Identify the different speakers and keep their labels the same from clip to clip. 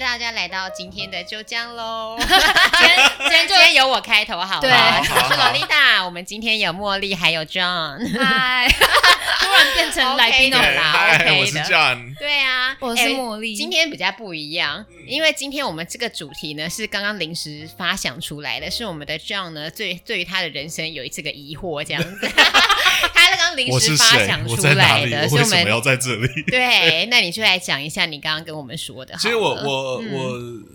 Speaker 1: 大家来到今天的就这样喽。
Speaker 2: 今天今天
Speaker 1: 今天由我开头好了，
Speaker 2: 对
Speaker 1: 我
Speaker 3: 好好
Speaker 1: 是萝莉大，我们今天有茉莉还有 John，
Speaker 2: 就嗨， 突然变成来宾
Speaker 1: 对
Speaker 2: 哦。
Speaker 1: OK 啦
Speaker 3: 嗨，
Speaker 1: OK
Speaker 3: 我是
Speaker 1: 的
Speaker 3: John，
Speaker 1: 对啊，
Speaker 2: 我是
Speaker 1: 哎
Speaker 2: 茉莉，
Speaker 1: 今天比较不一样，
Speaker 3: 嗯
Speaker 1: 因为今天我们这个主题呢是刚刚临时发想出来的，是我们的 John 呢对对于他的人生有一次个疑惑这样 子，他刚刚临
Speaker 3: 我
Speaker 1: 时
Speaker 3: 是
Speaker 1: 发
Speaker 3: 谁
Speaker 1: 想？
Speaker 3: 我
Speaker 1: 出
Speaker 3: 在哪
Speaker 1: 来
Speaker 3: 里？
Speaker 1: 的，
Speaker 3: 我
Speaker 1: 所以
Speaker 3: 为
Speaker 1: 我
Speaker 3: 什么
Speaker 1: 们
Speaker 3: 要在这里？
Speaker 1: 对，那你就来讲一下你刚刚跟我们说的好了。
Speaker 3: 其实我我
Speaker 1: 嗯
Speaker 3: 我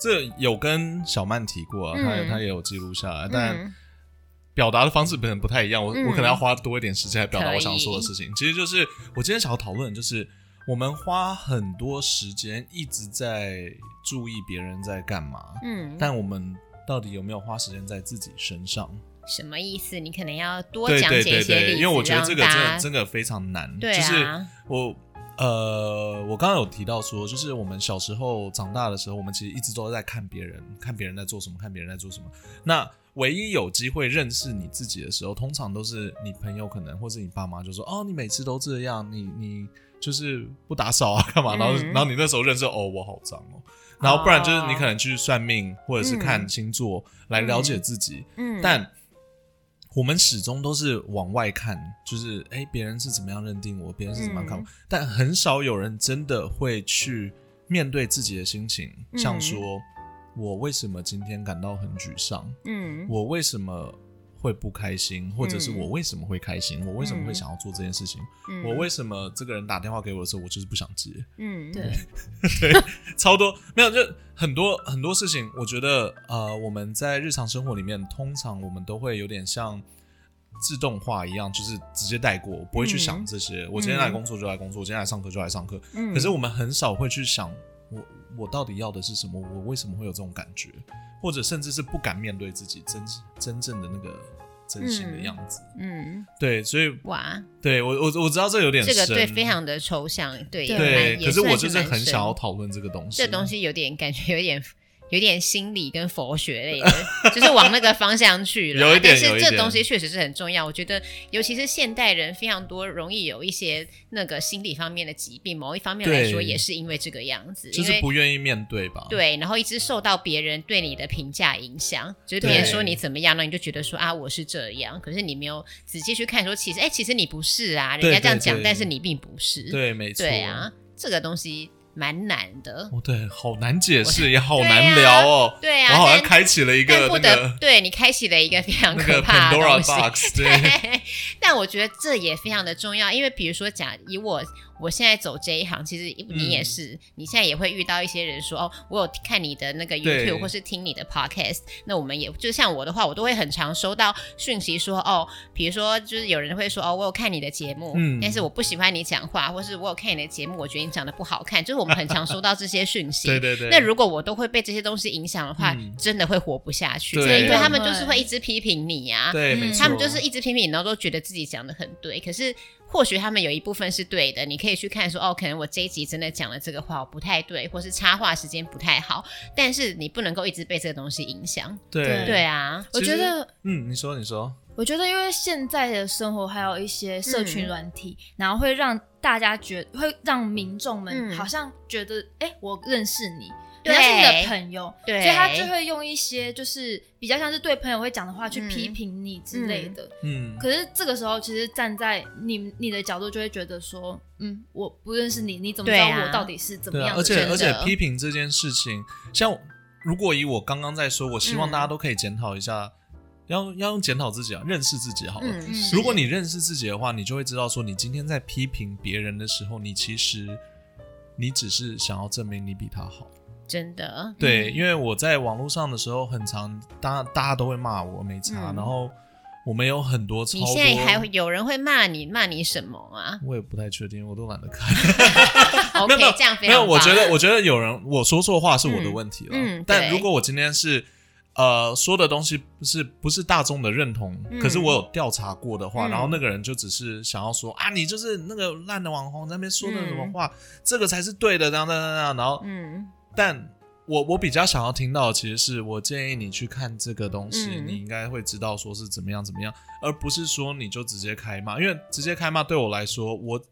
Speaker 3: 这有跟小曼提过啊，她
Speaker 1: 嗯
Speaker 3: 她也有记录下来，但
Speaker 1: 嗯
Speaker 3: 表达的方式可能不太一样，我、
Speaker 1: 嗯
Speaker 3: 我可能要花多一点时间来表达
Speaker 1: 可以
Speaker 3: 我想说的事情。其实就是我今天想要讨论，的就是我们花很多时间一直在注意别人在干嘛，
Speaker 1: 嗯，
Speaker 3: 但我们到底有没有花时间在自己身上？
Speaker 1: 什么意思？你可能要多
Speaker 3: 对
Speaker 1: 讲
Speaker 3: 对
Speaker 1: 解一
Speaker 3: 对
Speaker 1: 些例
Speaker 3: 对，
Speaker 1: 子，
Speaker 3: 因为我觉得
Speaker 1: 让
Speaker 3: 这个真
Speaker 1: 大
Speaker 3: 的
Speaker 1: 家
Speaker 3: 真的非常难，
Speaker 1: 对
Speaker 3: 就是
Speaker 1: 啊，
Speaker 3: 我呃，我刚刚有提到说，就是我们小时候长大的时候，我们其实一直都在看别人，看别人在做什么，看别人在做什么。那唯一有机会认识你自己的时候，通常都是你朋友可能或是你爸妈就说：“哦，你每次都这样，你你就是不打扫啊，干嘛？”
Speaker 1: 嗯
Speaker 3: 然后、然后你那时候认识哦，我好脏哦。然后不然就是你可能去算命或者是看
Speaker 1: 嗯
Speaker 3: 星座来了解自己，
Speaker 1: 嗯，
Speaker 3: 但我们始终都是往外看，就是哎，别人是怎么样认定我，别人是怎么样
Speaker 1: 嗯
Speaker 3: 看我，但很少有人真的会去面对自己的心情，
Speaker 1: 嗯
Speaker 3: 像说我为什么今天感到很沮丧，
Speaker 1: 嗯
Speaker 3: 我为什么会不开心，或者是
Speaker 1: 嗯
Speaker 3: 我为什么会开心，我为什么会想要做这件事情，
Speaker 1: 嗯
Speaker 3: 我为什么这个人打电话给我的时候，我就是不想接，
Speaker 1: 嗯
Speaker 2: 对，
Speaker 3: 超多没有，就很多很多事情，我觉得呃，我们在日常生活里面，通常我们都会有点像自动化一样，就是直接带过，不会去想这些。我今天来工作就来工作，我今天来上课就来上课。
Speaker 1: 嗯
Speaker 3: 可是我们很少会去想，我我到底要的是什么？我为什么会有这种感觉？或者甚至是不敢面对自己真真正的那个真心的样子。
Speaker 1: 嗯
Speaker 3: 对，所以
Speaker 1: 哇，
Speaker 3: 对我我我知道这有点
Speaker 1: 这个
Speaker 3: 深
Speaker 1: 对非常的抽象，对
Speaker 2: 对
Speaker 3: 对，
Speaker 1: 蛮也
Speaker 3: 可是我
Speaker 1: 算
Speaker 3: 就是
Speaker 1: 蛮
Speaker 3: 很
Speaker 1: 深
Speaker 3: 想要讨论这个东西。
Speaker 1: 这东西有点感觉有 点有点心理跟佛学类的， 就是往那个方向去了。
Speaker 3: 有一点有
Speaker 1: 但
Speaker 3: 一
Speaker 1: 是这
Speaker 3: 点
Speaker 1: 东西确实是很重要。我觉得，尤其是现代人非常多容易有一些那个心理方面的疾病，某一方面来说
Speaker 3: 对
Speaker 1: 也是因为这个样子，
Speaker 3: 就
Speaker 1: 因
Speaker 3: 是
Speaker 1: 为。
Speaker 3: 不愿意面对吧？
Speaker 1: 对，然后一直受到别人对你的评价影响，就是别
Speaker 3: 对
Speaker 1: 人说你怎么样，那你就觉得说啊我是这样，可是你没有仔细去看说，其实哎其实你不是啊，人
Speaker 3: 对
Speaker 1: 家这样
Speaker 3: 对
Speaker 1: 讲，
Speaker 3: 对
Speaker 1: 但是你并不是，
Speaker 3: 对，没错。
Speaker 1: 对啊，，这个东西蛮难的，
Speaker 3: 哦，对，好难解释，也好
Speaker 1: 对
Speaker 3: 难
Speaker 1: 啊
Speaker 3: 聊哦。
Speaker 1: 对
Speaker 3: 我
Speaker 1: 啊，
Speaker 3: 好像
Speaker 1: 但
Speaker 3: 开启了一
Speaker 1: 但
Speaker 3: 个
Speaker 1: 不
Speaker 3: 那
Speaker 1: 得、
Speaker 3: 个
Speaker 1: 对你开启了一个非常
Speaker 3: 那
Speaker 1: 可
Speaker 3: 个
Speaker 1: 怕的东
Speaker 3: Pandora
Speaker 1: 西。
Speaker 3: box，对，
Speaker 1: 但我觉得这也非常的重要，因为比如说讲以我我现在走这一行，其实你
Speaker 3: 嗯
Speaker 1: 也是，你现在也会遇到一些人说哦，我有看你的那个
Speaker 3: 对
Speaker 1: YouTube 或是听你的 Podcast，那我们也就像我的话，我都会很常收到讯息说哦，比如说就是有人会说哦，我有看你的节目，
Speaker 3: 嗯
Speaker 1: 但是我不喜欢你讲话，或是我有看你的节目，我觉得你讲的不好看，就是我们很常收到这些讯息，
Speaker 3: 对对对。
Speaker 1: 那如果我都会被这些东西影响的话，
Speaker 3: 嗯
Speaker 1: 真的会活不下去，
Speaker 3: 对
Speaker 1: 因为他们就是会一直批评你啊，
Speaker 3: 对，没
Speaker 2: 嗯
Speaker 3: 错，
Speaker 1: 他们就是一直批评你，然后都觉得自己讲的很对，可是或许他们有一部分是对的，你可以去看说，哦，可能我这一集真的讲了这个话我不太对，或是插话时间不太好，但是你不能够一直被这个东西影响，
Speaker 3: 对
Speaker 1: 对，啊，
Speaker 2: 我
Speaker 3: 其
Speaker 2: 觉
Speaker 3: 实
Speaker 2: 得
Speaker 3: 嗯，你说你说，
Speaker 2: 我觉得，因为现在的生活还有一些社群
Speaker 1: 嗯
Speaker 2: 软体，然后会让大家觉，会让民众们
Speaker 1: 嗯
Speaker 2: 好像觉得，哎、我认识你，
Speaker 1: 对
Speaker 2: 人家是你的朋友，
Speaker 1: 对，
Speaker 2: 所以他就会用一些就是比较像是对朋友会讲的话去批评你之类的。
Speaker 3: 嗯，
Speaker 2: 可是这个时候，其实站在你你的角度，就会觉得说，嗯，我不认识你，你怎么知道
Speaker 1: 对啊
Speaker 2: 我到底是怎么
Speaker 3: 对啊，
Speaker 2: 样
Speaker 3: 而
Speaker 2: 的
Speaker 3: 且
Speaker 2: 人？
Speaker 1: 真
Speaker 3: 而且
Speaker 1: 的
Speaker 3: 批评这件事情，像如果以我刚刚在说，我希望
Speaker 1: 嗯
Speaker 3: 大家都可以检讨一下，要要用检讨自己啊，认识自己好了。
Speaker 1: 嗯，
Speaker 2: 是
Speaker 3: 如果你认识自己的话，你就会知道说，你今天在批评别人的时候，你其实你只是想要证明你比他好。
Speaker 1: 嗯真的，
Speaker 3: 对，
Speaker 2: 嗯
Speaker 3: 因为我在网络上的时候，很常大大家都会骂我没差，
Speaker 1: 嗯
Speaker 3: 然后我们有很多超
Speaker 1: 你
Speaker 3: 多，
Speaker 1: 现在还会有人会骂你，骂你什么 啊
Speaker 3: 我也不太确定，我都懒得看。
Speaker 1: ？OK，
Speaker 3: 没有
Speaker 1: 这样非
Speaker 3: 没
Speaker 1: 常
Speaker 3: 有，我
Speaker 1: 棒
Speaker 3: 觉得我觉得有人我说错话是我的问题了，
Speaker 1: 嗯嗯
Speaker 3: 但
Speaker 1: 对
Speaker 3: 如果我今天是。呃，说的东西不是不是大众的认同，
Speaker 1: 嗯
Speaker 3: 可是我有调查过的话，
Speaker 1: 嗯
Speaker 3: 然后那个人就只是想要说啊，你就是那个烂的网红在那边说的什么话，这个才是对的，然后然后然后然后，
Speaker 1: 嗯。
Speaker 3: 但我我比较想要听到，的其实是我建议你去看这个东西，
Speaker 1: 嗯
Speaker 3: 你应该会知道说是怎么样怎么样，而不是说你就直接开骂，因为直接开骂对我来说，我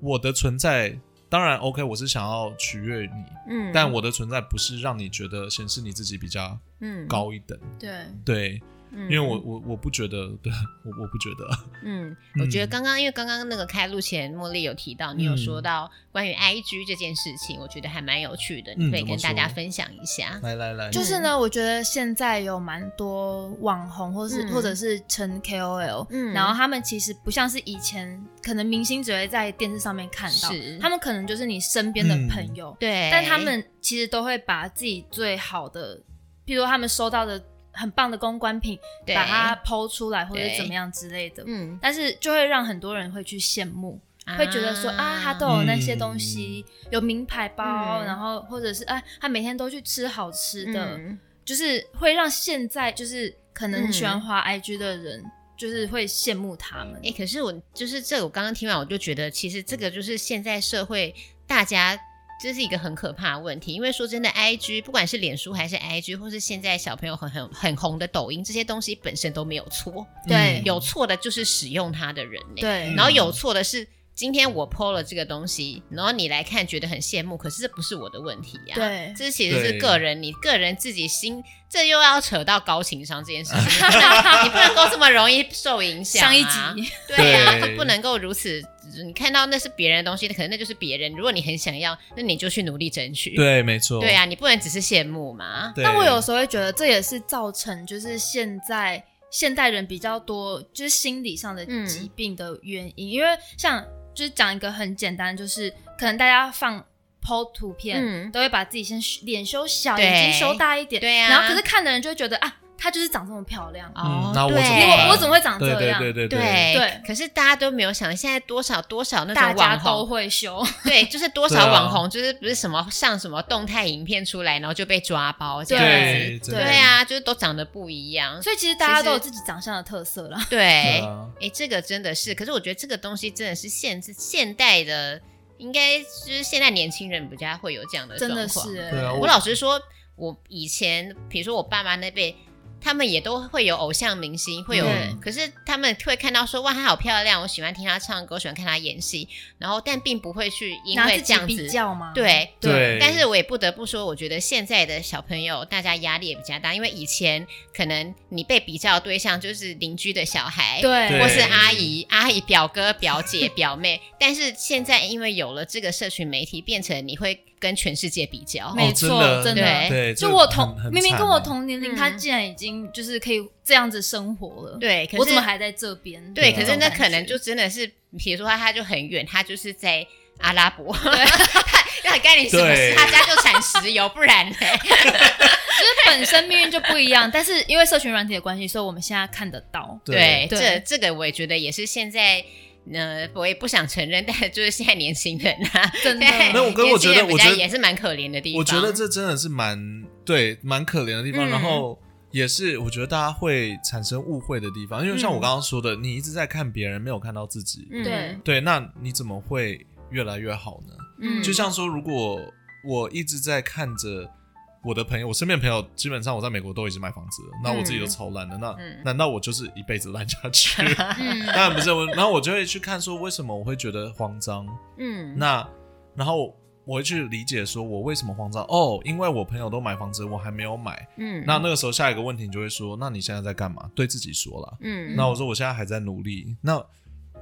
Speaker 3: 我的存在当然 OK，我是想要取悦你，
Speaker 1: 嗯，
Speaker 3: 但我的存在不是让你觉得显示你自己比较
Speaker 1: 嗯，
Speaker 3: 高一等，
Speaker 2: 对，
Speaker 3: 对，
Speaker 1: 嗯，
Speaker 3: 因为我我我不觉得，对我我不觉得，
Speaker 1: 嗯，
Speaker 3: 嗯
Speaker 1: 我觉得刚刚因为刚刚那个开录前，茉莉有提到你有
Speaker 3: 嗯
Speaker 1: 说到关于 IG 这件事情，我觉得还蛮有趣的，
Speaker 3: 嗯
Speaker 1: 你可以
Speaker 3: 怎
Speaker 1: 跟
Speaker 3: 么
Speaker 1: 大家
Speaker 3: 说
Speaker 1: 分享一下。
Speaker 3: 来来来，
Speaker 2: 就是
Speaker 1: 嗯
Speaker 2: 呢，我觉得现在有蛮多网红，或是、
Speaker 1: 嗯
Speaker 2: 或者是成 KOL，
Speaker 1: 嗯
Speaker 2: 然后他们其实不像是以前，可能明星只会在电视上面看到
Speaker 1: 是，
Speaker 2: 他们可能就是你身边的朋友，
Speaker 1: 对，
Speaker 2: 但他们其实都会把自己最好的，譬如他们收到的很棒的公关品，
Speaker 1: 对
Speaker 2: 把它剖出来或者
Speaker 1: 对
Speaker 2: 怎么样之类的，
Speaker 1: 嗯，
Speaker 2: 但是就会让很多人会去羡慕。会觉得说啊，他都有那些东西，有名牌包，
Speaker 1: 嗯
Speaker 2: 然后或者是哎、他每天都去吃好吃的，
Speaker 1: 嗯
Speaker 2: 就是会让现在就是可能
Speaker 1: 嗯
Speaker 2: 喜欢滑 IG 的人，就是会羡慕他们。
Speaker 1: 哎、可是我就是这个，我刚刚听完我就觉得，其实这个就是现在社会大家这是一个很可怕的问题，因为说真的，IG 不管是脸书还是 IG，或是现在小朋友很很很红的抖音，这些东西本身都没有错，
Speaker 2: 嗯对
Speaker 1: 有错的就是使用它的人、欸，
Speaker 2: 对，
Speaker 1: 然后有错的是。今天我 PO 了这个东西，然后你来看觉得很羡慕，可是这不是我的问题呀、
Speaker 2: 对
Speaker 1: 这其实是
Speaker 3: 对
Speaker 1: 个人，你个人自己心，这又要扯到高情商这件事情， 你不能你不能够这么容易受影响、啊。
Speaker 2: 上一集，
Speaker 1: 对呀、
Speaker 3: 对
Speaker 1: 不能够如此。你看到那是别人的东西，可能那就是别人。如果你很想要，那你就去努力争取。
Speaker 3: 对，没错，
Speaker 1: 对，啊，你不能只是羡慕嘛。
Speaker 3: 对，
Speaker 2: 但我有时候会觉得这也是造成就是现在现代人比较多就是心理上的
Speaker 1: 嗯
Speaker 2: 疾病的原因，因为像就是讲一个很简单，就是可能大家放。剖图片、
Speaker 1: 嗯
Speaker 2: 都会把自己先修脸修小，
Speaker 1: 对
Speaker 2: 眼睛修大一点，
Speaker 1: 对啊
Speaker 2: 然后可是看的人就会觉得啊，她就是长这么漂亮，
Speaker 1: 哦，
Speaker 3: 嗯那我
Speaker 1: 对
Speaker 3: 怎么
Speaker 2: 因为
Speaker 3: 办
Speaker 2: 我我怎么会长这
Speaker 3: 对对
Speaker 2: 样？
Speaker 3: 对对
Speaker 1: 对
Speaker 2: 对
Speaker 1: 可是大家都没有想，现在多少多少那
Speaker 2: 大
Speaker 1: 种
Speaker 2: 家
Speaker 1: 网
Speaker 2: 都
Speaker 1: 红，
Speaker 2: 会修，
Speaker 1: 对，就是多
Speaker 3: 对
Speaker 1: 少
Speaker 3: 啊
Speaker 1: 网红，就是不是什么上什么动态影片出来，然后就被抓包这样子。
Speaker 3: 对真的
Speaker 1: 对啊，就是都长得不一样。
Speaker 2: 所以其实大家都有自己长相的特色啦。
Speaker 1: 对
Speaker 3: 对，啊
Speaker 1: 哎、这个真的是，可是我觉得这个东西真的是现现代的，应该就是现在年轻人比较会有这样的
Speaker 2: 真的
Speaker 1: 状况
Speaker 2: 是、欸，
Speaker 3: 对啊
Speaker 1: 我老实说，我以前比如说我爸妈那辈，他们也都会有偶像明星，
Speaker 2: 嗯
Speaker 1: 会有
Speaker 3: 对，
Speaker 1: 可是他们会看到说哇，她好漂亮，我喜欢听她唱歌，我喜欢看她演戏，然后但并不会去因
Speaker 2: 拿
Speaker 1: 为
Speaker 2: 自
Speaker 1: 这
Speaker 2: 己
Speaker 1: 样
Speaker 2: 比
Speaker 1: 子。
Speaker 2: 较嘛，
Speaker 1: 对啊
Speaker 3: 对
Speaker 1: 但是我也不得不说，我觉得现在的小朋友大家压力也比较大，因为以前可能你被比较的对象就是邻居的小孩，
Speaker 2: 对，
Speaker 1: 或是阿姨、阿姨、表哥、表姐、表妹。但是现在因为有了这个社群媒体，变成你会跟全世界比较。
Speaker 2: 没
Speaker 3: 哦真
Speaker 2: 错
Speaker 3: 的
Speaker 2: 真
Speaker 1: 的
Speaker 3: 对，
Speaker 2: 就
Speaker 3: 这
Speaker 2: 我
Speaker 3: 很
Speaker 2: 同
Speaker 3: 很
Speaker 2: 明明
Speaker 3: 惨
Speaker 2: 跟我
Speaker 3: 欸
Speaker 2: 同年龄，
Speaker 1: 嗯
Speaker 2: 他竟然已经就是可以这样子生活了，，
Speaker 1: 对，可是
Speaker 2: 我怎么还在这边？
Speaker 1: 对？
Speaker 3: 对啊
Speaker 1: 可
Speaker 2: 这
Speaker 1: 是
Speaker 2: 种
Speaker 1: 那
Speaker 2: 感觉
Speaker 1: 可能就真的是，比如说他他就很远，他就是在阿拉伯， 那干你什么事？
Speaker 3: 对
Speaker 1: 他家就产石油，不然呢？
Speaker 2: 就是本身命运就不一样，但是因为社群软体的关系，所以我们现在看得到。
Speaker 1: 对，
Speaker 2: 对
Speaker 1: 这这个我也觉得也是现在。呃，我也不想承认，但就是现在年轻人啊，
Speaker 2: 真 的
Speaker 1: 对
Speaker 3: 没有我跟我觉得
Speaker 1: 年轻人比较
Speaker 3: 我觉得
Speaker 1: 也是蛮可怜的地方。
Speaker 3: 我觉得这真的是蛮对，蛮可怜的地方。
Speaker 1: 嗯
Speaker 3: 然后也是我觉得大家会产生误会的地方，因为像我
Speaker 1: 嗯
Speaker 3: 刚刚说的，你一直在看别人，没有看到自己。
Speaker 1: 嗯
Speaker 2: 对
Speaker 3: 对，那你怎么会越来越好呢？
Speaker 1: 嗯
Speaker 3: 就像说，如果我一直在看着我的朋友，我身边朋友基本上我在美国都已经买房子了，那我自己都超烂的，那、
Speaker 1: 嗯
Speaker 3: 难道我就是一辈子烂下去？
Speaker 2: 嗯
Speaker 3: 当然不是，我然后我就会去看说为什么我会觉得慌张，
Speaker 1: 嗯，
Speaker 3: 那然后我会去理解说我为什么慌张哦，因为我朋友都买房子，我还没有买。
Speaker 1: 嗯
Speaker 3: 那那个时候下一个问题你就会说，那你现在在干嘛？对自己说啦。
Speaker 1: 嗯
Speaker 3: 那我说我现在还在努力。那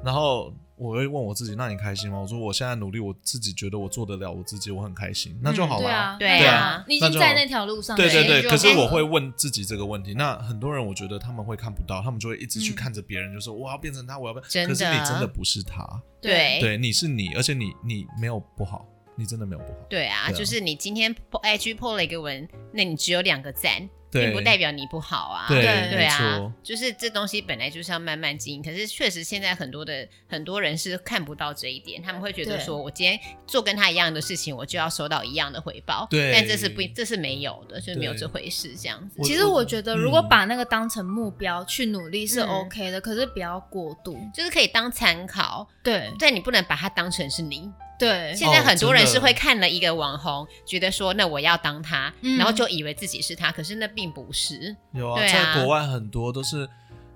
Speaker 3: 然后我会问我自己，那你开心吗？我说我现在努力，我自己觉得我做得了我自己，我很开心，那就好
Speaker 2: 对
Speaker 3: 啦。
Speaker 2: 啊，
Speaker 1: 对啊
Speaker 2: 你已
Speaker 3: 那
Speaker 2: 经
Speaker 3: 就
Speaker 2: 在那条
Speaker 1: 嗯
Speaker 2: 路上了，
Speaker 3: 对对对，
Speaker 2: 就
Speaker 3: 可
Speaker 1: 哎
Speaker 3: 是
Speaker 2: 好
Speaker 3: 我会问自己这个问题。那很多人我觉得他们会看不到，他们就会一直去
Speaker 2: 嗯
Speaker 3: 看着别人，就说我要变成他，我要变。
Speaker 1: 真的哎
Speaker 3: 可是你真的不是他，
Speaker 1: 对
Speaker 3: 对，你是你，而且你你没有不好，你真的没有不好。
Speaker 1: 对啊，
Speaker 3: 对啊
Speaker 1: 就是你今天 po- IG 破了一个文，那你只有两个赞，
Speaker 3: 对
Speaker 1: 并不代表你不好啊。
Speaker 3: 对
Speaker 2: 对
Speaker 1: 对
Speaker 3: 没
Speaker 1: 啊
Speaker 3: 错，
Speaker 1: 就是这东西本来就是要慢慢经营，可是确实现在很多的很多人是看不到这一点，他们会觉得
Speaker 2: 对
Speaker 1: 说我今天做跟他一样的事情，我就要收到一样的回报。
Speaker 3: 对
Speaker 1: 但这是不这是没有的，就是没有
Speaker 3: 对
Speaker 1: 这回事这样子
Speaker 3: 我。
Speaker 2: 其实我觉得，如果
Speaker 3: 嗯
Speaker 2: 把那个当成目标去努力是
Speaker 1: 嗯
Speaker 2: OK 的，可是不要过度。
Speaker 1: 就是可以当参考，
Speaker 2: 对
Speaker 1: 但你不能把它当成是你。
Speaker 2: 对，
Speaker 1: 现在很多人
Speaker 3: 哦真
Speaker 1: 是
Speaker 3: 的
Speaker 1: 会看了一个网红，觉得说那我要当他，
Speaker 2: 嗯
Speaker 1: 然后就以为自己是他，可是那并不是。
Speaker 3: 有啊，
Speaker 1: 对啊
Speaker 3: 在国外很多都是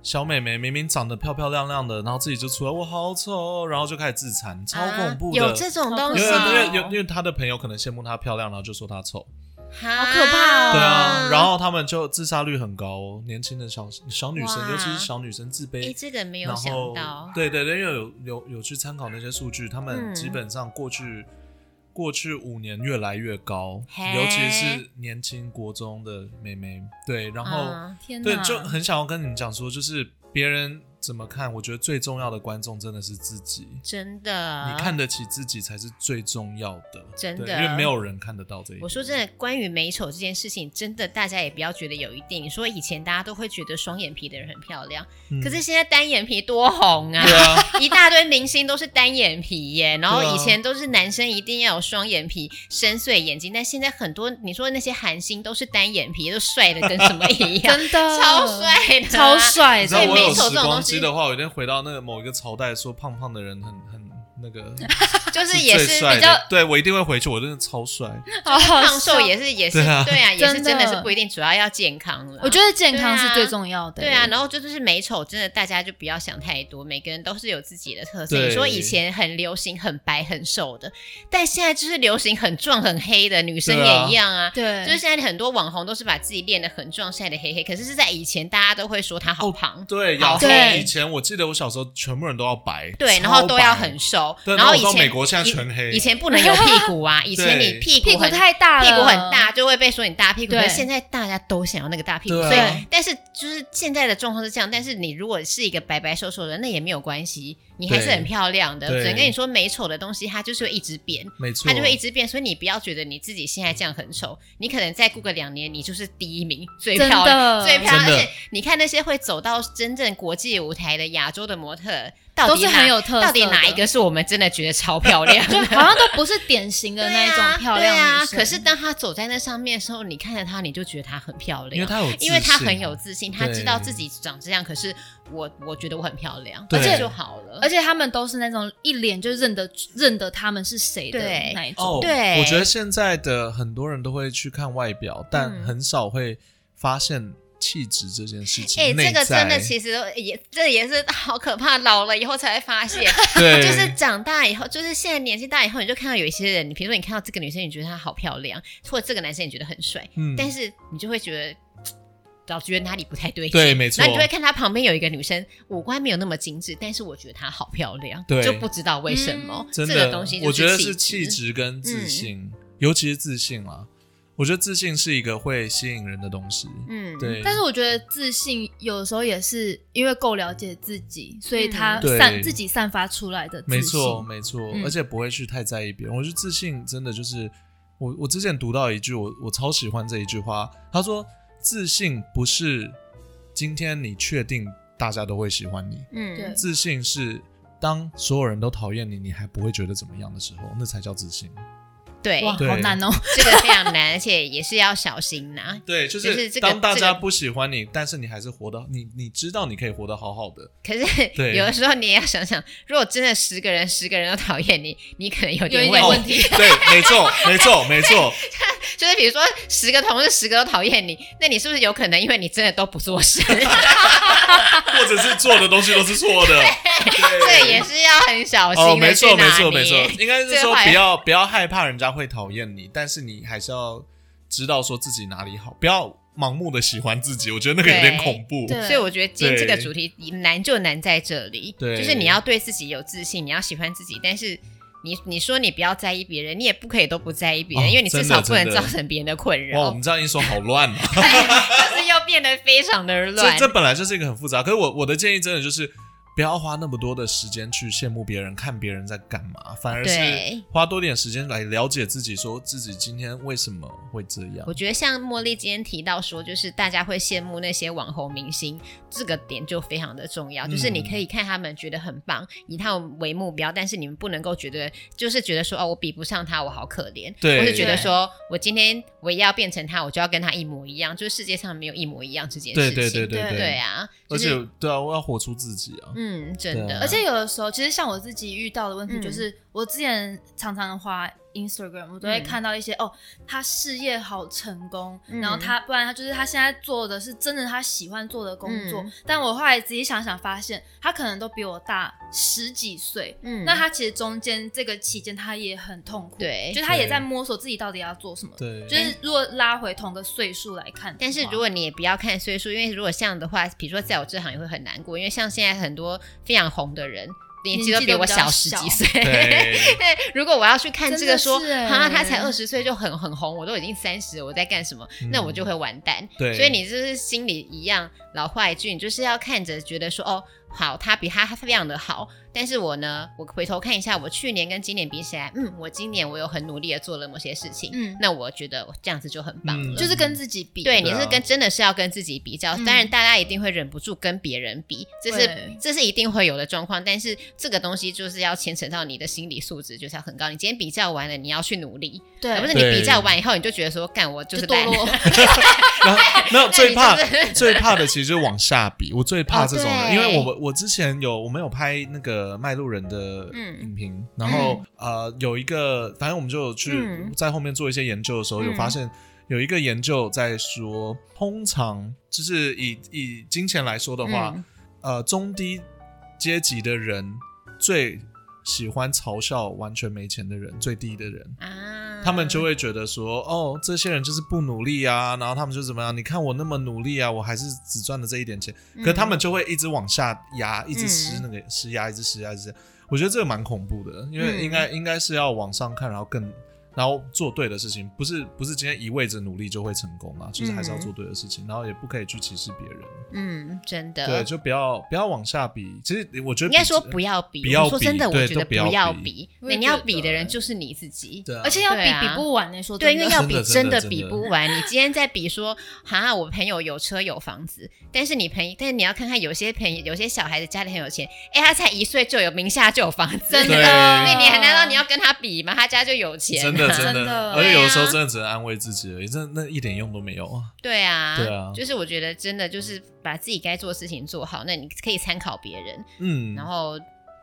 Speaker 3: 小美眉明明长得漂漂亮亮的，然后自己就出来我好丑哦，然后就开始自残，超恐怖的。
Speaker 1: 啊有这种东
Speaker 3: 因
Speaker 1: 西，
Speaker 3: 为因为
Speaker 2: 哦
Speaker 3: 因为因为他的朋友可能羡慕她漂亮，然后就说她丑，
Speaker 1: 好
Speaker 2: 可怕哦
Speaker 3: 对啊，然后他们就自杀率很高哦，年轻的小小女生，
Speaker 1: 哇
Speaker 3: 尤其是小女生自卑
Speaker 1: 哎，这个没有
Speaker 3: 然
Speaker 1: 想
Speaker 3: 后
Speaker 1: 到，
Speaker 3: 对对对，因为有有有去参考那些数据，他们
Speaker 1: 嗯
Speaker 3: 基本上过去、过去五年越来越高，
Speaker 1: 嘿
Speaker 3: 尤其是年轻国中的妹妹，对，然后、
Speaker 1: 嗯
Speaker 2: 天
Speaker 3: 对
Speaker 2: 哪，
Speaker 3: 就很想要跟你们讲说，就是别人怎么看，我觉得最重要的观众真的是自己。
Speaker 1: 真的，
Speaker 3: 你看得起自己才是最重要的，
Speaker 1: 啊真
Speaker 3: 对
Speaker 1: 的
Speaker 3: 因为没有人看得到这一点。
Speaker 1: 我说真的，关于美丑这件事情，真的大家也不要觉得有一定。你说以前大家都会觉得双眼皮的人很漂亮，
Speaker 3: 嗯
Speaker 1: 可是现在单眼皮多红啊！
Speaker 3: 对啊，
Speaker 1: 一大堆明星都是单眼皮耶，然后
Speaker 3: 对啊
Speaker 1: 以前都是男生一定要有双眼皮、深邃眼睛，但现在很多你说那些韩星都是单眼皮，都帅的跟什么一 样，
Speaker 2: 真的
Speaker 1: 超，帅的、啊
Speaker 2: 超。帅的，
Speaker 3: 你知道
Speaker 1: 所以
Speaker 3: 我
Speaker 1: 美丑
Speaker 3: 有
Speaker 1: 这种
Speaker 3: 时光
Speaker 1: 东西
Speaker 3: 机的话，我一定回到那个某一个朝代，说胖胖的人很很那个，
Speaker 1: 就是也
Speaker 3: 最
Speaker 1: 是
Speaker 3: 帅
Speaker 1: 比较
Speaker 3: 的。对我一定会回去，我真的超帅。
Speaker 2: 好好
Speaker 1: 胖瘦
Speaker 2: 笑
Speaker 1: 也是也是
Speaker 3: 对啊
Speaker 1: 对啊，也是
Speaker 2: 真
Speaker 1: 真
Speaker 2: 的
Speaker 1: 的是不一定，主要要健康了。
Speaker 2: 我觉得健康
Speaker 1: 对啊
Speaker 2: 是最重要的。
Speaker 1: 对啊，然后就就是美丑，真的大家就不要想太多，每个人都是有自己的特色。
Speaker 3: 对
Speaker 1: 你说以前很流行很白很瘦的，但现在就是流行很壮很黑的，女生
Speaker 3: 对啊
Speaker 1: 也一样啊。
Speaker 2: 对，
Speaker 1: 就是现在很多网红都是把自己练得很壮，晒得黑黑，可是是在以前大家都会说她好胖，
Speaker 3: 哦对，
Speaker 1: 好
Speaker 3: 亚洲
Speaker 2: 对
Speaker 3: 以前我记得我小时候，全部人都要白，
Speaker 1: 对，然后都要很瘦，
Speaker 3: 对
Speaker 1: 然后
Speaker 3: 然
Speaker 1: 以
Speaker 3: 后到
Speaker 1: 前
Speaker 3: 美国现在全黑
Speaker 1: 以以前不能有屁股啊，以前你
Speaker 3: 对
Speaker 1: 屁股
Speaker 2: 屁股
Speaker 1: 很
Speaker 2: 太大了，
Speaker 1: 屁股很大，就会被说你大屁股。
Speaker 2: 呃对
Speaker 1: 但现在大家都想要那个大屁股，
Speaker 3: 对啊
Speaker 1: 所以但是就是现在的状况是这样。但是你如果是一个白白瘦瘦的，那也没有关系，你还是
Speaker 3: 对
Speaker 1: 很漂亮的。
Speaker 3: 对
Speaker 1: 只能跟你说，美丑的东西它就是会一直变。
Speaker 3: 白，没错，
Speaker 1: 它就会一直变，所以你不要觉得你自己现在这样很丑，你可能再过个两年，你就是第一名，最
Speaker 2: 真
Speaker 1: 漂亮，
Speaker 2: 的
Speaker 1: 最漂亮。
Speaker 3: 真的
Speaker 1: 而且你看那些会走到真正国际舞台的亚洲的模特，到
Speaker 2: 都
Speaker 1: 底
Speaker 2: 是很
Speaker 1: 哪
Speaker 2: 有特色的，
Speaker 1: 到底哪一个是我们真的觉得超漂亮的？
Speaker 2: 就好像都不是典型的那 一
Speaker 1: 对啊
Speaker 2: 种漂亮
Speaker 1: 对啊
Speaker 2: 女，生
Speaker 1: 可是当她走在那上面的时候，你看着她，你就觉得她很漂亮，
Speaker 3: 因为他有自信，啊
Speaker 1: 因为她很有自信，她
Speaker 3: 对
Speaker 1: 知道自己长这样。可是我，我觉得我很漂亮，
Speaker 3: 对
Speaker 1: 而且就好了。
Speaker 2: 而
Speaker 1: 且
Speaker 2: 且他们都是那种一脸就认得认得他们是谁的
Speaker 1: 对
Speaker 2: 那一
Speaker 3: 哦
Speaker 2: 种。，
Speaker 1: 对
Speaker 3: 我觉得现在的很多人都会去看外表，但
Speaker 1: 嗯
Speaker 3: 很少会发现气质这件事情。
Speaker 1: 哎、
Speaker 3: 内
Speaker 1: 这个真的
Speaker 3: 在
Speaker 1: 其实也，这也是好可怕。老了以后才会发 现，
Speaker 3: 对，
Speaker 1: 就是长大以后，就是现在年纪大以后，你就看到有一些人，你比如说你看到这个女生，你觉得她好漂亮，或者这个男生你觉得很帅，
Speaker 3: 嗯，
Speaker 1: 但是你就会觉得嘖老觉得哪里不太对劲。
Speaker 3: 对，没错，
Speaker 1: 然后你就会看她旁边有一个女生，五官没有那么精致，但是我觉得她好漂亮，
Speaker 3: 对
Speaker 1: 就不知道为什么、
Speaker 2: 嗯
Speaker 3: 真
Speaker 1: 这
Speaker 3: 的，
Speaker 1: 个东西就是
Speaker 3: 我觉得是
Speaker 1: 气
Speaker 3: 气
Speaker 1: 质。嗯
Speaker 3: 质跟自信，尤其是自信啦。我觉得自信是一个会吸引人的东西。
Speaker 1: 嗯，
Speaker 3: 对，
Speaker 2: 但是我觉得自信有时候也是因为够了解自己，所以
Speaker 1: 嗯
Speaker 2: 他
Speaker 3: 对
Speaker 2: 散自己散发出来的自信。
Speaker 3: 没错，没错，
Speaker 2: 嗯
Speaker 3: 而且不会去太在意别人。我觉得自信真的就是我，我之前读到一句，我我超喜欢这一句话，他说：“自信不是今天你确定大家都会喜欢你，
Speaker 1: 嗯
Speaker 2: 对
Speaker 3: 自信是当所有人都讨厌你，你还不会觉得怎么样的时候，那才叫自信。
Speaker 1: 对，
Speaker 2: 哇，
Speaker 3: 对
Speaker 2: 好难哦！
Speaker 1: 这个非常难，而且也是要小心呐、”
Speaker 3: 对，就
Speaker 1: 就是这个
Speaker 3: 当大
Speaker 1: 这
Speaker 3: 家
Speaker 1: 个
Speaker 3: 不喜欢你，但是你还是活得，你你知道你可以活得好好的，
Speaker 1: 可是
Speaker 3: 对
Speaker 1: 有的时候你也要想想，如果真的十个人十个人都讨厌你，你可能有
Speaker 2: 有一
Speaker 1: 点
Speaker 2: 点
Speaker 1: 问
Speaker 2: 问
Speaker 1: 题。
Speaker 2: 题，
Speaker 3: 哦 对，没错，没错，没错，
Speaker 1: 就是比如说十个同事十个都讨厌你，那你是不是有可能因为你真的都不做 事？
Speaker 3: 或者是做的东西都是错的。
Speaker 1: 这
Speaker 3: 对
Speaker 1: 个也是要很小
Speaker 3: 哦，
Speaker 1: 心
Speaker 3: 没
Speaker 1: 的去
Speaker 3: 错，没
Speaker 1: 拿
Speaker 3: 错，
Speaker 1: 捏。
Speaker 3: 没错，应该是
Speaker 1: 最
Speaker 3: 说
Speaker 1: 坏
Speaker 3: 不要不要害怕人家会讨厌你，但是你还是要知道说自己哪里好，不要盲目的喜欢自己，我觉得那个有点
Speaker 1: 对
Speaker 3: 恐怖。
Speaker 2: 对
Speaker 1: 所以我觉得今天这个
Speaker 3: 对
Speaker 1: 主题难就难在这里，
Speaker 3: 对
Speaker 1: 就是你要对自己有自信，你要喜欢自己，但是。你你说你不要在意别人，你也不可以都不在意别人，
Speaker 3: 哦
Speaker 1: 因为你至
Speaker 3: 真的
Speaker 1: 少不能
Speaker 3: 真的哦
Speaker 1: 造成别人的哦困
Speaker 3: 哇，我
Speaker 1: 扰
Speaker 3: 们，这样一说好乱啊！
Speaker 1: 就是又变得非常的
Speaker 3: 这
Speaker 1: 乱。
Speaker 3: 这本来就是一个很复杂，可是我我的建议真的就是不要花那么多的时间去羡慕别人、看别人在干嘛，反而是
Speaker 1: 对
Speaker 3: 花多点时间来了解自己，说自己今天为什么会这样
Speaker 1: 我。觉得像茉莉今天提到说，就是大家会羡慕那些网红明星，这个点就非常的重要。
Speaker 3: 嗯
Speaker 1: 就是你可以看他们觉得很棒，以他们为目标，但是你们不能够觉得就是觉得说哦，我比不上他，我好可怜，
Speaker 3: 对
Speaker 1: 或是觉得说我今天我也要变成他，我就要跟他一模一样。就是世界上没有一模一样这件事
Speaker 3: 对
Speaker 1: 情。
Speaker 3: 对对
Speaker 2: 对
Speaker 3: 对，
Speaker 1: 对啊，
Speaker 3: 而
Speaker 1: 就是
Speaker 3: 且对啊，我要活出自己啊。
Speaker 1: 嗯，真
Speaker 3: 对啊
Speaker 1: 的，嗯
Speaker 2: 而且有的时候，其实像我自己遇到的问题，就是我之前常常滑 Instagram，我都会
Speaker 1: 嗯
Speaker 2: 看到一些、哦，他事业好成功，
Speaker 1: 嗯
Speaker 2: 然后他不然他就是他现在做的是真的他喜欢做的工作，
Speaker 1: 嗯
Speaker 2: 但我后来仔细想想发现，他可能都比我大十几岁，
Speaker 1: 嗯
Speaker 2: 那他其实中间这个期间他也很痛苦，
Speaker 1: 对
Speaker 2: 就是他也
Speaker 3: 对
Speaker 2: 在摸索自己到底要做什么。
Speaker 3: 对，
Speaker 2: 就是如果拉回同个岁数来看的话，
Speaker 1: 但是如果你也不要看岁数，因为如果像的话，比如说在我这行也会很难过，因为像现在很多非常红的人，年纪
Speaker 2: 年
Speaker 1: 都
Speaker 2: 纪
Speaker 1: 比
Speaker 2: 都
Speaker 1: 我
Speaker 2: 比较
Speaker 1: 小十几
Speaker 2: 小
Speaker 1: 岁。
Speaker 3: 对，
Speaker 1: 对，如果我要去看这个说，
Speaker 2: 真的是
Speaker 1: 哈，
Speaker 2: 欸
Speaker 1: 他才二十岁就很很红，我都已经三十，我在干什么？那我就会完蛋。
Speaker 3: 对
Speaker 1: 所以你就是心里一样，老话一句，你就是要看着觉得说，哦，好，他比他非常的好，但是我呢，我回头看一下，我去年跟今年比起来，嗯，我今年我有很努力的做了某些事情，
Speaker 2: 嗯
Speaker 1: 那我觉得我这样子就很棒了。
Speaker 3: 嗯
Speaker 2: 就是跟自己比，
Speaker 1: 对，
Speaker 3: 对
Speaker 1: 你
Speaker 3: 啊
Speaker 1: 是跟真的是要跟自己比较，
Speaker 2: 嗯
Speaker 1: 当然大家一定会忍不住跟别人比，这是
Speaker 2: 对
Speaker 1: 这是一定会有的状况。但是这个东西就是要牵扯到你的心理素质，就是要很高。你今天比较完了，你要去努力，
Speaker 2: 对，
Speaker 1: 而不是你
Speaker 3: 对
Speaker 1: 比较完以后你就觉得说，干我就是
Speaker 2: 就堕
Speaker 1: 烂，
Speaker 2: 落
Speaker 3: 然后没有 最怕
Speaker 1: 那你就是
Speaker 3: 最怕的其实就是往下比，我最怕这种
Speaker 1: 哦
Speaker 3: 的，
Speaker 1: 对
Speaker 3: 因为我们我之前有我们有拍那个卖路人的
Speaker 1: 嗯
Speaker 3: 影评，然后、呃有一个反正我们就有去、
Speaker 1: 嗯
Speaker 3: 在后面做一些研究的时候，有
Speaker 1: 嗯
Speaker 3: 发现有一个研究在说，通常就是以以金钱来说的话，
Speaker 1: 嗯
Speaker 3: 呃中低阶级的人最喜欢嘲笑完全没钱的人，最低的人。
Speaker 1: 啊，
Speaker 3: 他们就会觉得说，哦，这些人就是不努力啊，然后他们就怎么样？你看我那么努力啊，我还是只赚了这一点钱，
Speaker 1: 嗯
Speaker 3: 可他们就会一直往下压，一直施那个施压，一直施压，一直施压。我觉得这个蛮恐怖的，
Speaker 1: 嗯
Speaker 3: 因为应该、应该是要往上看，然后更然后做对的事情，不是不是今天一味着努力就会成功啊，就是还是要做对的事情，然后也不可以去歧视别人，
Speaker 1: 嗯，真的
Speaker 3: 对，就不要不要往下比。其实我觉得
Speaker 1: 应
Speaker 3: 比
Speaker 1: 该说不要比。
Speaker 3: 不要
Speaker 1: 我说真的，
Speaker 3: 比对
Speaker 1: 我觉得
Speaker 3: 都不要
Speaker 1: 要
Speaker 3: 比
Speaker 1: 比，
Speaker 2: 我也
Speaker 1: 那你要
Speaker 2: 觉得
Speaker 1: 比的人
Speaker 2: 欸
Speaker 1: 就是你自己。
Speaker 3: 对啊、
Speaker 2: 而且要比
Speaker 1: 对啊
Speaker 2: 比不完呢、说
Speaker 1: 对，
Speaker 2: 真
Speaker 1: 因
Speaker 2: 的
Speaker 1: 为要
Speaker 3: 真的
Speaker 1: 比
Speaker 3: 真
Speaker 1: 真
Speaker 3: 的
Speaker 1: 的比
Speaker 3: 真的
Speaker 1: 不完。你今天在比说，哈，我朋友有车有房子，但是你朋但是你要看看有些朋友有些小孩子家里很有钱，哎，他才一岁就有名下就有房子，
Speaker 2: 真
Speaker 3: 对
Speaker 2: 的，
Speaker 1: 那你还难道你要跟他比吗？他家就有钱，啊
Speaker 3: 真的真
Speaker 2: 真的
Speaker 3: 而且有的时候
Speaker 1: 对啊
Speaker 3: 真的只能安慰自己而已，真的那一点用都没有啊。
Speaker 1: 对啊，
Speaker 3: 对啊
Speaker 1: 就是我觉得真的就是把自己该做的事情做好，那你可以参考别人，
Speaker 3: 嗯，
Speaker 1: 然后。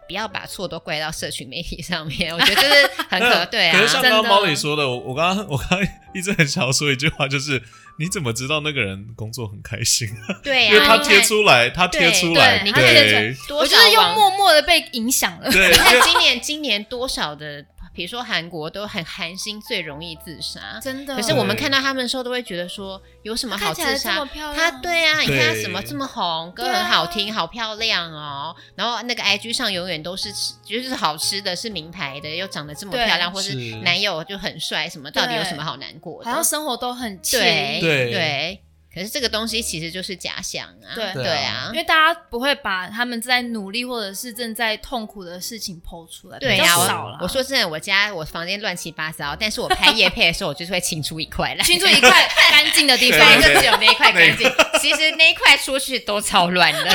Speaker 1: 不要把错都怪到社群媒体上面，我觉得这是很 可对啊
Speaker 3: 嗯可是。像刚
Speaker 2: 真
Speaker 3: 刚
Speaker 2: 的
Speaker 3: 猫里说的，我我刚刚我刚刚一直很想要说一句话，就是你怎么知道那个人工作很开心？
Speaker 1: 对啊，
Speaker 3: 因为他
Speaker 1: 你看
Speaker 3: 贴出来，他贴出来，
Speaker 1: 对
Speaker 2: 他
Speaker 3: 对
Speaker 2: 贴
Speaker 1: 多
Speaker 2: 我
Speaker 1: 少
Speaker 2: 就是又
Speaker 1: 网
Speaker 2: 默默的被影 响了。
Speaker 3: 对，
Speaker 1: 你
Speaker 3: 因
Speaker 1: 看
Speaker 3: 为
Speaker 1: 今年今年多少的，比如说韩国都很韩星最容易自杀，
Speaker 2: 真的，
Speaker 1: 可是我们看到他们的时候，都会觉得说有什么好
Speaker 2: 看起
Speaker 1: 自
Speaker 2: 来这
Speaker 1: 杀
Speaker 2: 么？漂亮，
Speaker 1: 他对啊，你看他
Speaker 3: 对
Speaker 1: 什么这么红，歌
Speaker 2: 对啊
Speaker 1: 很好听，好漂亮哦。然后那个 IG 上永远都是吃，就是好吃的，是名牌的，又长得这么
Speaker 2: 对
Speaker 1: 漂亮，或是
Speaker 3: 是
Speaker 1: 男友就很帅，什么到底有
Speaker 2: 对
Speaker 1: 什么好难过的？
Speaker 2: 好像生活都很惬
Speaker 1: 对
Speaker 2: 意，
Speaker 3: 对
Speaker 1: 对，可是这个东西其实就是假想啊，
Speaker 2: 对
Speaker 1: 对
Speaker 3: 对
Speaker 1: 啊
Speaker 2: 因。为大家不会把他们正在努力或者是正在痛苦的事情剖出来，
Speaker 1: 对
Speaker 2: 比较
Speaker 1: 呀、
Speaker 2: 少了。
Speaker 1: 我我说真的，我家我房间乱七八糟，但是我拍夜配的时候，我就是会清出一块来，
Speaker 2: 清出一块干净的 地方，
Speaker 1: 所以就
Speaker 3: 对对
Speaker 1: 只有那一块
Speaker 3: 那一
Speaker 1: 干净。其实那一块出去都超乱的，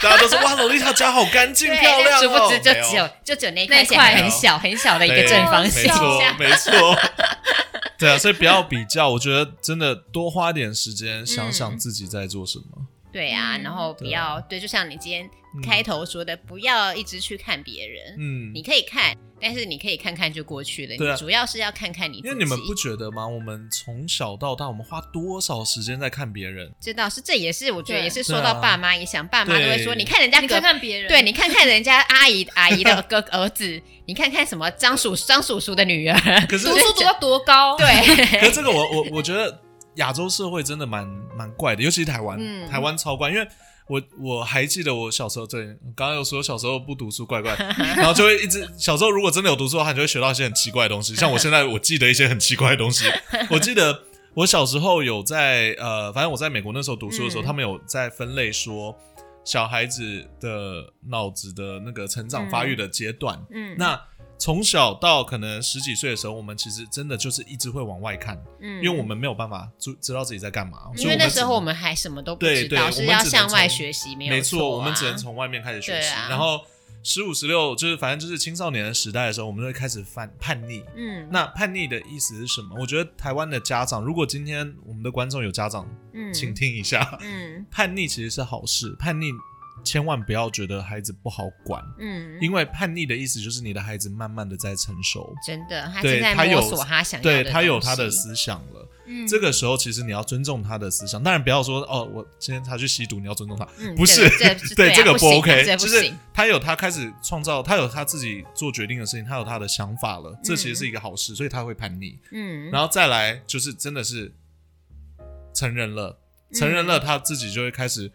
Speaker 3: 大家都说哇，洛丽塔家好干 净
Speaker 1: 对，
Speaker 3: 漂亮
Speaker 1: 殊
Speaker 3: 哦，
Speaker 1: 不知就
Speaker 3: 没
Speaker 1: 只有就只有那一
Speaker 2: 那
Speaker 1: 块
Speaker 2: 一
Speaker 1: 钱
Speaker 2: 块
Speaker 1: 很小很小的一个
Speaker 3: 对
Speaker 1: 正方形
Speaker 3: 没，错
Speaker 2: 笑
Speaker 3: 没错。对啊，所以不要比较，我觉得真的多花点时间想想自己在做什么。
Speaker 1: 对啊，
Speaker 2: 嗯
Speaker 1: 然后不
Speaker 3: 对
Speaker 1: 要对，就像你今天
Speaker 3: 嗯
Speaker 1: 开头说的，不要一直去看别人，
Speaker 3: 嗯
Speaker 1: 你，可以看，但是你可以看看就过去了，
Speaker 3: 对啊
Speaker 1: 你主要是要看看你自己。
Speaker 3: 因为你们不觉得吗？我们从小到大，我们花多少时间在看别人？
Speaker 1: 知道是这也是我觉得
Speaker 2: 对
Speaker 1: 也是受到
Speaker 3: 对啊
Speaker 1: 爸妈影响，爸妈都会说你
Speaker 3: 对
Speaker 1: 看人家
Speaker 2: 你
Speaker 1: 隔
Speaker 2: 看看别人，
Speaker 1: 对，你看看人家阿姨阿姨的哥儿子，你看看什么张 叔张叔叔的女儿，
Speaker 3: 可是
Speaker 2: 读书读到多高，
Speaker 1: 对，
Speaker 3: 可是这个我我我觉得亚洲社会真的蛮蛮怪的，尤其是台湾，
Speaker 1: 嗯
Speaker 3: 台湾超怪，因为。我我还记得我小时候，对，刚刚有说小时候不读书 怪怪，然后就会一直小时候如果真的有读书的话，你就会学到一些很奇怪的东西。像我现在我记得一些很奇怪的东西，我记得我小时候有在呃，反正我在美国那时候读书的时候，
Speaker 1: 嗯
Speaker 3: 他们有在分类说小孩子的脑子的那个成长发育的阶段，
Speaker 1: 嗯
Speaker 3: 那从小到可能十几岁的时候，我们其实真的就是一直会往外看，
Speaker 1: 嗯
Speaker 3: 因为我们没有办法知知道自己在干嘛。
Speaker 1: 因
Speaker 3: 所以
Speaker 1: 为
Speaker 3: 我们
Speaker 1: 那
Speaker 3: 只
Speaker 1: 时候我们还什么都不
Speaker 3: 对
Speaker 1: 知
Speaker 3: 对
Speaker 1: 道，
Speaker 3: 我
Speaker 1: 是
Speaker 3: 们
Speaker 1: 要
Speaker 3: 只能
Speaker 1: 向外
Speaker 3: 从
Speaker 1: 学习，没
Speaker 3: 没
Speaker 1: 有
Speaker 3: 错，
Speaker 1: 错啊，
Speaker 3: 我们只能从外面开始学
Speaker 1: 对
Speaker 3: 习。
Speaker 1: 啊
Speaker 3: 然后十五、十六，就是反正就是青少年的时代的时候，我们就会开始犯叛逆。
Speaker 1: 嗯
Speaker 3: 那叛逆的意思是什么？我觉得台湾的家长，如果今天我们的观众有家长，
Speaker 1: 嗯
Speaker 3: 请听一下，
Speaker 1: 嗯
Speaker 3: 叛逆其实是好事，叛逆千万不要觉得孩子不好管，
Speaker 1: 嗯，
Speaker 3: 因为叛逆的意思就是你的孩子慢慢的在成熟，
Speaker 1: 真的，他正
Speaker 3: 对
Speaker 1: 在
Speaker 3: 他有
Speaker 1: 摸索他想要
Speaker 3: 对
Speaker 1: 的
Speaker 3: 他有他的
Speaker 1: 东西
Speaker 3: 思想了。
Speaker 2: 嗯
Speaker 3: 这个时候其实你要尊重他的思想，当然不要说哦，我今天他去吸毒，你要尊重他，
Speaker 1: 嗯
Speaker 3: 不是
Speaker 1: 这 个这对啊
Speaker 3: 这个
Speaker 1: 不行啊
Speaker 3: OK，
Speaker 1: 这不
Speaker 3: 就是
Speaker 1: 行
Speaker 3: 他有他开始创造，他有他自己做决定的事情，他有他的想法了，这其实是一个好事，所以他会叛逆。
Speaker 1: 嗯，
Speaker 3: 然后再来就是真的是成人了，
Speaker 1: 嗯
Speaker 3: 成人了他自己就会开始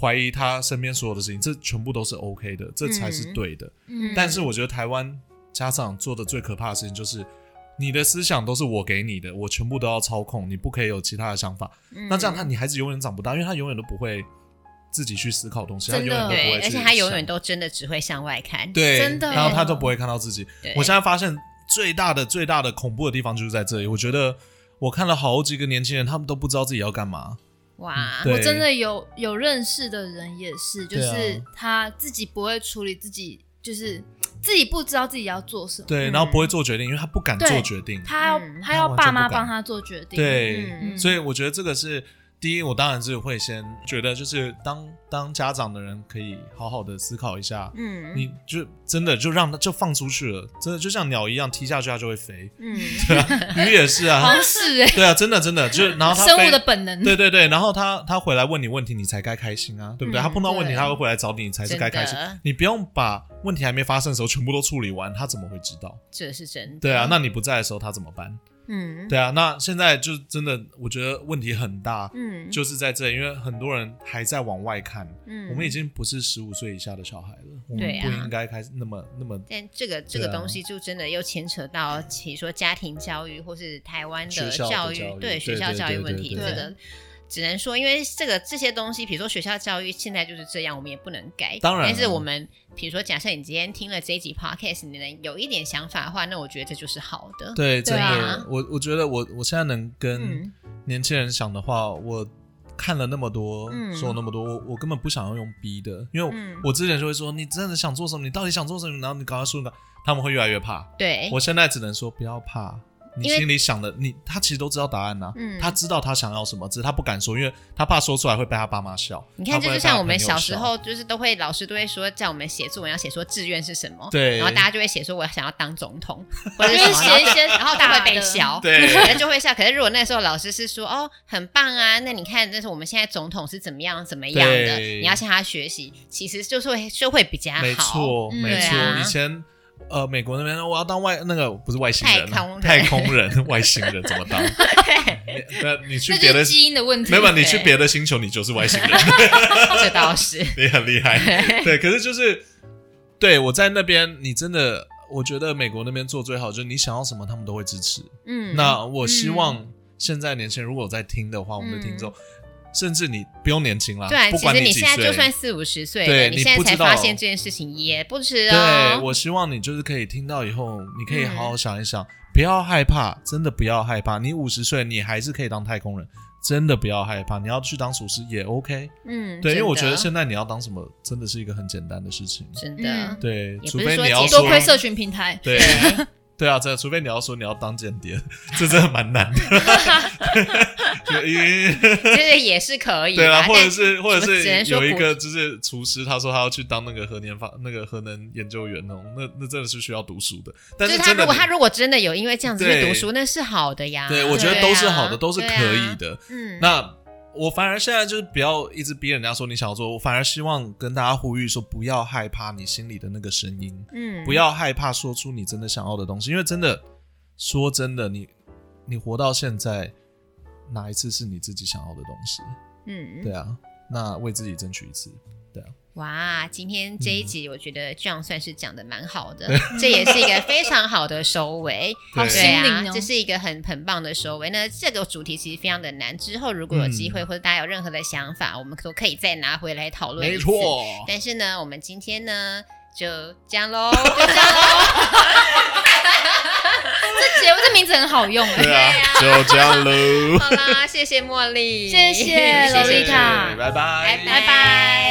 Speaker 3: 怀疑他身边所有的事情，这全部都是 OK 的，这才是对的。
Speaker 2: 嗯
Speaker 3: 但是我觉得台湾家长做的最可怕的事情就是。你的思想都是我给你的，我全部都要操控，你不可以有其他的想法。
Speaker 1: 嗯
Speaker 3: 那这样他你孩子永远长不大，因为他永远都不会自己去思考东西，他
Speaker 2: 真
Speaker 3: 永
Speaker 2: 的
Speaker 3: 远都不
Speaker 1: 对
Speaker 3: 会，
Speaker 1: 而
Speaker 3: 去
Speaker 1: 且他永
Speaker 3: 想
Speaker 1: 远都真的只会向外看，
Speaker 3: 对，
Speaker 2: 真的
Speaker 3: 然后他都不会看到自己。
Speaker 1: 对
Speaker 3: 我现在发现最大的最大的恐怖的地方就是在这里，我觉得我看了好几个年轻人，他们都不知道自己要干嘛。
Speaker 1: 哇，
Speaker 3: 对
Speaker 2: 我真的有有认识的人也是，就
Speaker 3: 对
Speaker 2: 是
Speaker 3: 啊
Speaker 2: 他自己不会处理自己，就是自己不知道自己要做什么，
Speaker 3: 对，
Speaker 1: 嗯
Speaker 3: 然后不会做决定，因为他不敢
Speaker 2: 对
Speaker 3: 做决定。
Speaker 2: 他要、
Speaker 1: 嗯
Speaker 2: 他要爸妈
Speaker 3: 他完全不敢
Speaker 2: 帮他做决定，
Speaker 3: 对，
Speaker 1: 嗯
Speaker 3: 所以我觉得这个是第一，我当然是会先觉得，就是当当家长的人可以好好的思考一下，
Speaker 1: 嗯
Speaker 3: 你就真的就让他就放出去了，真的就像鸟一样踢下去它就会飞，
Speaker 1: 嗯，
Speaker 3: 鱼也是啊
Speaker 2: 好，像是哎、
Speaker 3: 对啊，真的真的就是然后它
Speaker 2: 生
Speaker 3: 飞
Speaker 2: 物的本能，
Speaker 3: 对对对，然后他他回来问你问题，你才该开心啊，对不对？
Speaker 1: 嗯
Speaker 3: 他碰到问题，
Speaker 1: 对
Speaker 3: 他会回来找你，你才是该开心
Speaker 1: 真的。
Speaker 3: 你不用把问题还没发生的时候全部都处理完，他怎么会知道？
Speaker 1: 这是真的，
Speaker 3: 对啊，那你不在的时候他怎么办？
Speaker 1: 嗯
Speaker 3: 对啊，那现在就真的，我觉得问题很大，
Speaker 1: 嗯，
Speaker 3: 就是在这里，因为很多人还在往外看。
Speaker 1: 嗯
Speaker 3: 我们已经不是十五岁以下的小孩了，我们
Speaker 1: 对啊
Speaker 3: 不应该开始那么那么
Speaker 1: 但这个这个
Speaker 3: 对啊
Speaker 1: 东西就真的又牵扯到，比如说家庭教育，或是台湾
Speaker 3: 学
Speaker 1: 的
Speaker 3: 校的
Speaker 1: 教育，
Speaker 3: 教育
Speaker 1: 对
Speaker 3: 对
Speaker 1: 学校
Speaker 3: 对
Speaker 1: 教育
Speaker 3: 对
Speaker 1: 问
Speaker 3: 对
Speaker 1: 题，
Speaker 2: 对
Speaker 1: 这个只能说，因为这个这些东西，比如说学校教育现在就是这样，我们也不能改。
Speaker 3: 当然
Speaker 1: 但是
Speaker 3: 了
Speaker 1: 我们比如说，假设你今天听了这一集 podcast，你能有一点想法的话，那我觉得这就是好的。
Speaker 3: 对，真
Speaker 2: 对
Speaker 3: 的，
Speaker 1: 啊
Speaker 3: 我我觉得我我现在能跟
Speaker 1: 嗯
Speaker 3: 年轻人想的话，我看了那么多，
Speaker 1: 嗯
Speaker 3: 说了那么多，我我根本不想要用逼的，因为我,、
Speaker 1: 嗯
Speaker 3: 之前就会说，你真的想做什么？你到底想做什么？然后你赶快说，他们会越来越怕。
Speaker 1: 对，
Speaker 3: 我现在只能说，不要怕。你
Speaker 1: 哎因为
Speaker 3: 心里想的，你他其实都知道答案呐、啊
Speaker 1: 嗯
Speaker 3: 他知道他想要什么，只是他不敢说，因为他怕说出来会被他爸妈笑。
Speaker 1: 你看，
Speaker 3: 他
Speaker 1: 这
Speaker 3: 会
Speaker 1: 就
Speaker 3: 被
Speaker 1: 像
Speaker 3: 他
Speaker 1: 我们
Speaker 3: 朋友
Speaker 1: 小时
Speaker 3: 笑
Speaker 1: 候，就是都会老师都会说叫我们写作文要写说志愿是什么，
Speaker 3: 对
Speaker 1: 然后大家就会写说我想要当总 统，或者
Speaker 2: 就是 是
Speaker 1: 什么
Speaker 2: 写一些
Speaker 1: 然后他
Speaker 2: 大
Speaker 1: 会被
Speaker 2: 的
Speaker 1: 笑，
Speaker 3: 对
Speaker 1: 可能就会笑。可是如果那时候老师是说哦很棒啊，那你看，但是我们现在总统是怎么样怎么样的，
Speaker 3: 对
Speaker 1: 你要向他学习，其实就是会就会比较好。
Speaker 3: 没错，
Speaker 2: 嗯
Speaker 3: 没
Speaker 1: 对
Speaker 3: 错。
Speaker 1: 啊
Speaker 3: 以前呃，美国那边我要当外那个不是外星人啊，
Speaker 1: 太
Speaker 3: 太
Speaker 1: 空
Speaker 3: 空人、外星人怎么 当？你那你去
Speaker 2: 那
Speaker 3: 别
Speaker 2: 就
Speaker 3: 的
Speaker 2: 是基因的问题，
Speaker 3: 没有吧，你去
Speaker 1: 对
Speaker 3: 别的星球，你就是外星 人，
Speaker 1: 这倒 是，
Speaker 3: 你很 厉害。对，可是就是对我在那边，你真的，我觉得美国那边做最好，就是你想要什么，他们都会支持。
Speaker 1: 嗯，
Speaker 3: 那我希望现在年轻人如果有在听的话，我们的听众，甚至你不用年轻啦，
Speaker 1: 嗯对啊，
Speaker 3: 不
Speaker 1: 其
Speaker 3: 管
Speaker 1: 实你
Speaker 3: 几
Speaker 1: 现在就
Speaker 3: 岁，
Speaker 1: 算四五十岁
Speaker 3: 对
Speaker 1: 了，
Speaker 3: 你
Speaker 1: 现在
Speaker 3: 不
Speaker 1: 才
Speaker 3: 知道
Speaker 1: 发现这件事情也不迟
Speaker 3: 对，
Speaker 1: 哦。
Speaker 3: 我希望你就是可以听到以后，你可以好好想一想，不要害怕，真的不要害怕。你五十岁，你还是可以当太空人，真的不要害怕。你要去当厨师也 OK，
Speaker 1: 嗯，
Speaker 3: 对，因为我觉得
Speaker 1: 是
Speaker 3: 现在你要当什么，真的是一个很简单的事情。
Speaker 1: 真的
Speaker 2: 嗯，
Speaker 3: 对，
Speaker 1: 不是
Speaker 3: 除非
Speaker 1: 说
Speaker 3: 你要
Speaker 1: 结果
Speaker 2: 多
Speaker 3: 说
Speaker 2: 亏社群平 台，
Speaker 3: 对。对啊，真的，除非你要说你要当间谍，这真的 蛮难的。 就咦
Speaker 1: 就是也是可以
Speaker 3: 对啦，
Speaker 1: 啦，
Speaker 3: 或者
Speaker 1: 但
Speaker 3: 是或者
Speaker 1: 我哎只能
Speaker 3: 是
Speaker 1: 说
Speaker 3: 有一
Speaker 1: 不
Speaker 3: 个就是厨师，他说他要去当那个核年发那个核能研究员那种，那那真的是需要读书的。但
Speaker 1: 就是是他
Speaker 3: 真的
Speaker 1: 如果
Speaker 3: 你
Speaker 1: 他如果真的有因为这样子去
Speaker 3: 对
Speaker 1: 读书，那是好的呀。
Speaker 3: 对，我觉得都是好
Speaker 1: 对
Speaker 3: 的，
Speaker 1: 啊
Speaker 3: 都是可以。
Speaker 1: 对啊
Speaker 3: 的。
Speaker 1: 嗯，
Speaker 3: 那我反而现在就是不要一直逼人家说你想要做，我反而希望跟大家呼吁说，不要害怕你心里的那个声音，
Speaker 1: 嗯
Speaker 3: 不要害怕说出你真的想要的东西，因为真的说真的，你你活到现在，哪一次是你自己想要的东西？
Speaker 1: 嗯，
Speaker 3: 对啊，那为自己争取一次。
Speaker 1: 哇，今天这
Speaker 2: 嗯
Speaker 1: 一集我觉得这样算是讲的蛮好的，这也是一 个非常好的收尾，对
Speaker 3: 对
Speaker 1: 啊
Speaker 2: 心灵哦
Speaker 1: 这是一个很很棒的收尾。那这个主题其实非常的难，之后如果有机
Speaker 2: 嗯
Speaker 1: 会或者大家有任何的想法，我们都可以再拿回来讨论。
Speaker 3: 没错，，
Speaker 1: 但是呢，我们今天呢就这样 喽，就这样喽。
Speaker 2: 这节目这名字很好用 哎、
Speaker 3: 对啊，就这样喽，
Speaker 1: 好啦，谢谢茉莉，
Speaker 2: 谢 谢
Speaker 1: 谢谢
Speaker 2: Lolita
Speaker 3: 拜拜，
Speaker 1: 拜
Speaker 2: 拜拜。